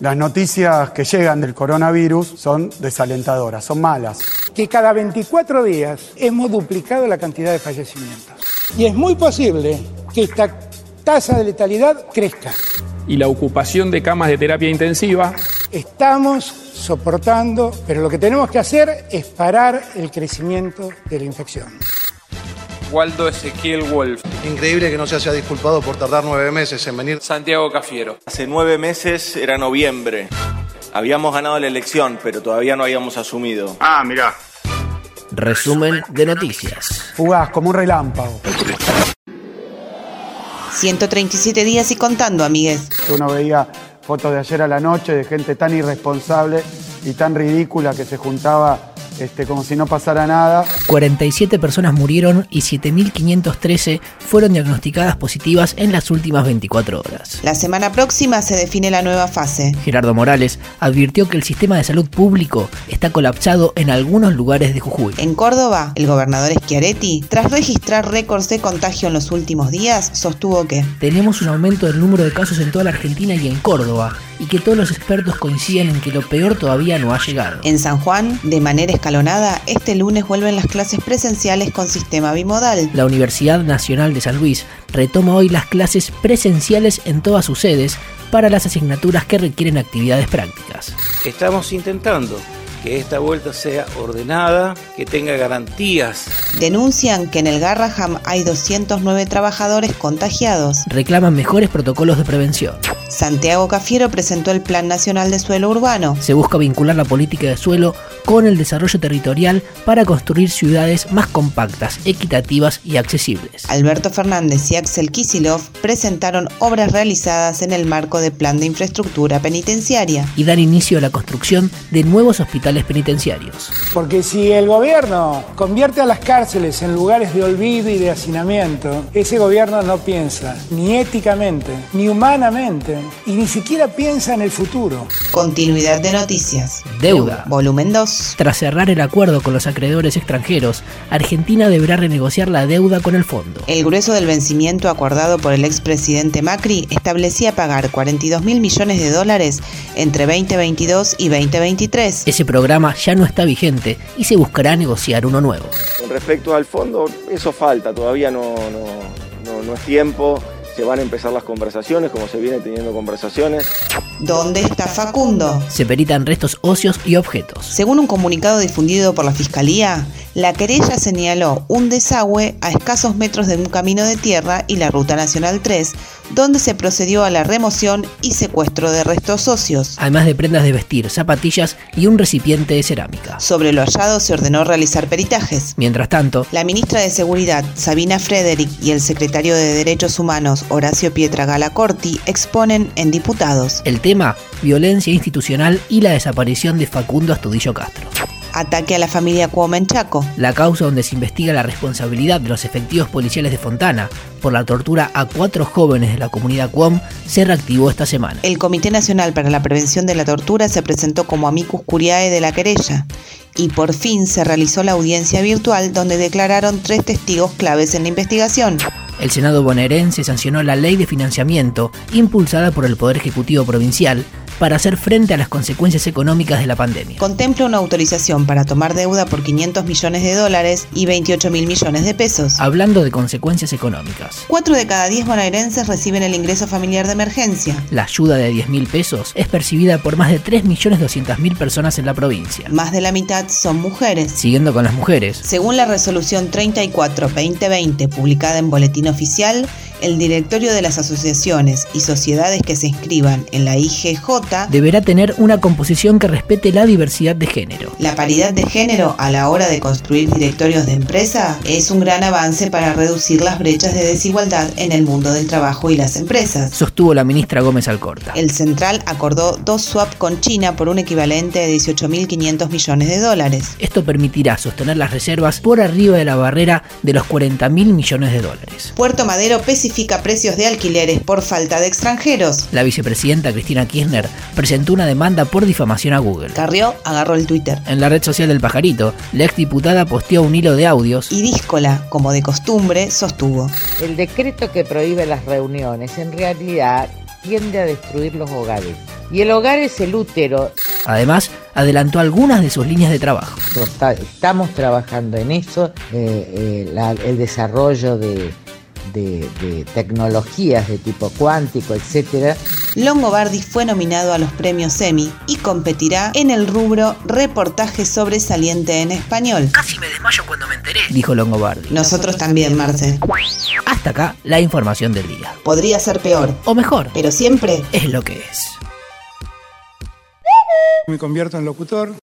Las noticias que llegan del coronavirus son desalentadoras, son malas. que cada 24 días hemos duplicado la cantidad de fallecimientos. Y es muy posible que esta tasa de letalidad crezca. y la ocupación de camas de terapia intensiva. Estamos soportando, pero lo que tenemos que hacer es parar el crecimiento de la infección. Waldo Ezequiel Wolf, Increíble que no se haya disculpado por tardar nueve meses en venir. Santiago Cafiero, Hace nueve meses era noviembre. Habíamos ganado la elección, pero todavía no habíamos asumido. Ah, mirá. Resumen de noticias. Fugaz, como un relámpago. 137 días y contando, amigues. Que uno veía fotos de ayer a la noche de gente tan irresponsable y tan ridícula que se juntaba este, como si no pasara nada. 47 personas murieron y 7.513 fueron diagnosticadas positivas en las últimas 24 horas. La semana próxima se define la nueva fase. Gerardo Morales advirtió que el sistema de salud público está colapsado en algunos lugares de Jujuy. En Córdoba, el gobernador Schiaretti, tras registrar récords de contagio en los últimos días, sostuvo que Tenemos un aumento del número de casos en toda la Argentina y en Córdoba, y que todos los expertos coinciden en que lo peor todavía no ha llegado. en San Juan, de manera escalonada, este lunes vuelven las clases presenciales con sistema bimodal. La Universidad Nacional de San Luis retoma hoy las clases presenciales en todas sus sedes para las asignaturas que requieren actividades prácticas. Estamos intentando que esta vuelta sea ordenada, que tenga garantías. Denuncian que en el Garraham hay 209 trabajadores contagiados. Reclaman mejores protocolos de prevención. Santiago Cafiero presentó el Plan Nacional de Suelo Urbano. Se busca vincular la política de suelo con el desarrollo territorial para construir ciudades más compactas, equitativas y accesibles. Alberto Fernández y Axel Kisilov presentaron obras realizadas en el marco del Plan de Infraestructura Penitenciaria. Y dar inicio a la construcción de nuevos hospitales penitenciarios. Porque si el gobierno convierte a las cárceles en lugares de olvido y de hacinamiento, ese gobierno no piensa ni éticamente, ni humanamente, y ni siquiera piensa en el futuro. Continuidad de noticias. Deuda. Volumen 2. Tras cerrar el acuerdo con los acreedores extranjeros, Argentina deberá renegociar la deuda con el fondo. El grueso del vencimiento acordado por el expresidente Macri establecía pagar 42 mil millones de dólares entre 2022 y 2023. Ese programa ya no está vigente y se buscará negociar uno nuevo. Con respecto al fondo, eso falta, todavía no, no- no- no es tiempo. Se van a empezar las conversaciones, como se viene teniendo conversaciones. ¿Dónde está Facundo? Se peritan restos óseos y objetos. Según un comunicado difundido por la Fiscalía, la querella señaló un desagüe a escasos metros de un camino de tierra y la Ruta Nacional 3, donde se procedió a la remoción y secuestro de restos óseos. Además de prendas de vestir, zapatillas y un recipiente de cerámica. Sobre lo hallado se ordenó realizar peritajes. Mientras tanto, La ministra de Seguridad, Sabina Frederick, y el secretario de Derechos Humanos, Horacio Pietra Galacorti, exponen en diputados. el tema, violencia institucional y la desaparición de Facundo Astudillo Castro. Ataque a la familia Cuomo en Chaco. La causa donde se investiga la responsabilidad de los efectivos policiales de Fontana por la tortura a cuatro jóvenes de la comunidad Cuom se reactivó esta semana. El Comité Nacional para la Prevención de la Tortura se presentó como amicus curiae de la querella. Y por fin se realizó la audiencia virtual donde declararon tres testigos claves en la investigación. El Senado bonaerense sancionó la ley de financiamiento impulsada por el Poder Ejecutivo Provincial para hacer frente a las consecuencias económicas de la pandemia. Contempla una autorización para tomar deuda por 500 millones de dólares y 28 mil millones de pesos. Hablando de consecuencias económicas, Cuatro de cada diez bonaerenses reciben el ingreso familiar de emergencia. la ayuda de 10 mil pesos es percibida por más de 3.200.000 personas en la provincia. Más de la mitad son mujeres. Siguiendo con las mujeres, Según la resolución 34-2020 publicada en Boletín Oficial, el directorio de las asociaciones y sociedades que se inscriban en la IGJ deberá tener una composición que respete la diversidad de género. La paridad de género a la hora de construir directorios de empresa es un gran avance para reducir las brechas de desigualdad en el mundo del trabajo y las empresas. Sostuvo la ministra Gómez Alcorta. El central acordó dos swap con China por un equivalente de 18.500 millones de dólares. Esto permitirá sostener las reservas por arriba de la barrera de los 40.000 millones de dólares. Puerto Madero especifica precios de alquileres por falta de extranjeros. La vicepresidenta Cristina Kirchner presentó una demanda por difamación a Google. Carrió agarró el Twitter. En la red social del pajarito, la exdiputada posteó un hilo de audios Y Díscola, como de costumbre, sostuvo. El decreto que prohíbe las reuniones en realidad tiende a destruir los hogares. y el hogar es el útero. Además, adelantó algunas de sus líneas de trabajo. Pero está- estamos trabajando en eso, eh, eh, la- el desarrollo de, de- de tecnologías de tipo cuántico, etcétera. Longobardi fue nominado a los premios Emmy y competirá en el rubro Reportaje sobresaliente en español. Casi me desmayo cuando me enteré, dijo Longobardi. Nosotros también, Marce. Hasta acá la información del día. Podría ser peor, O mejor, pero siempre es lo que es. Me convierto en locutor,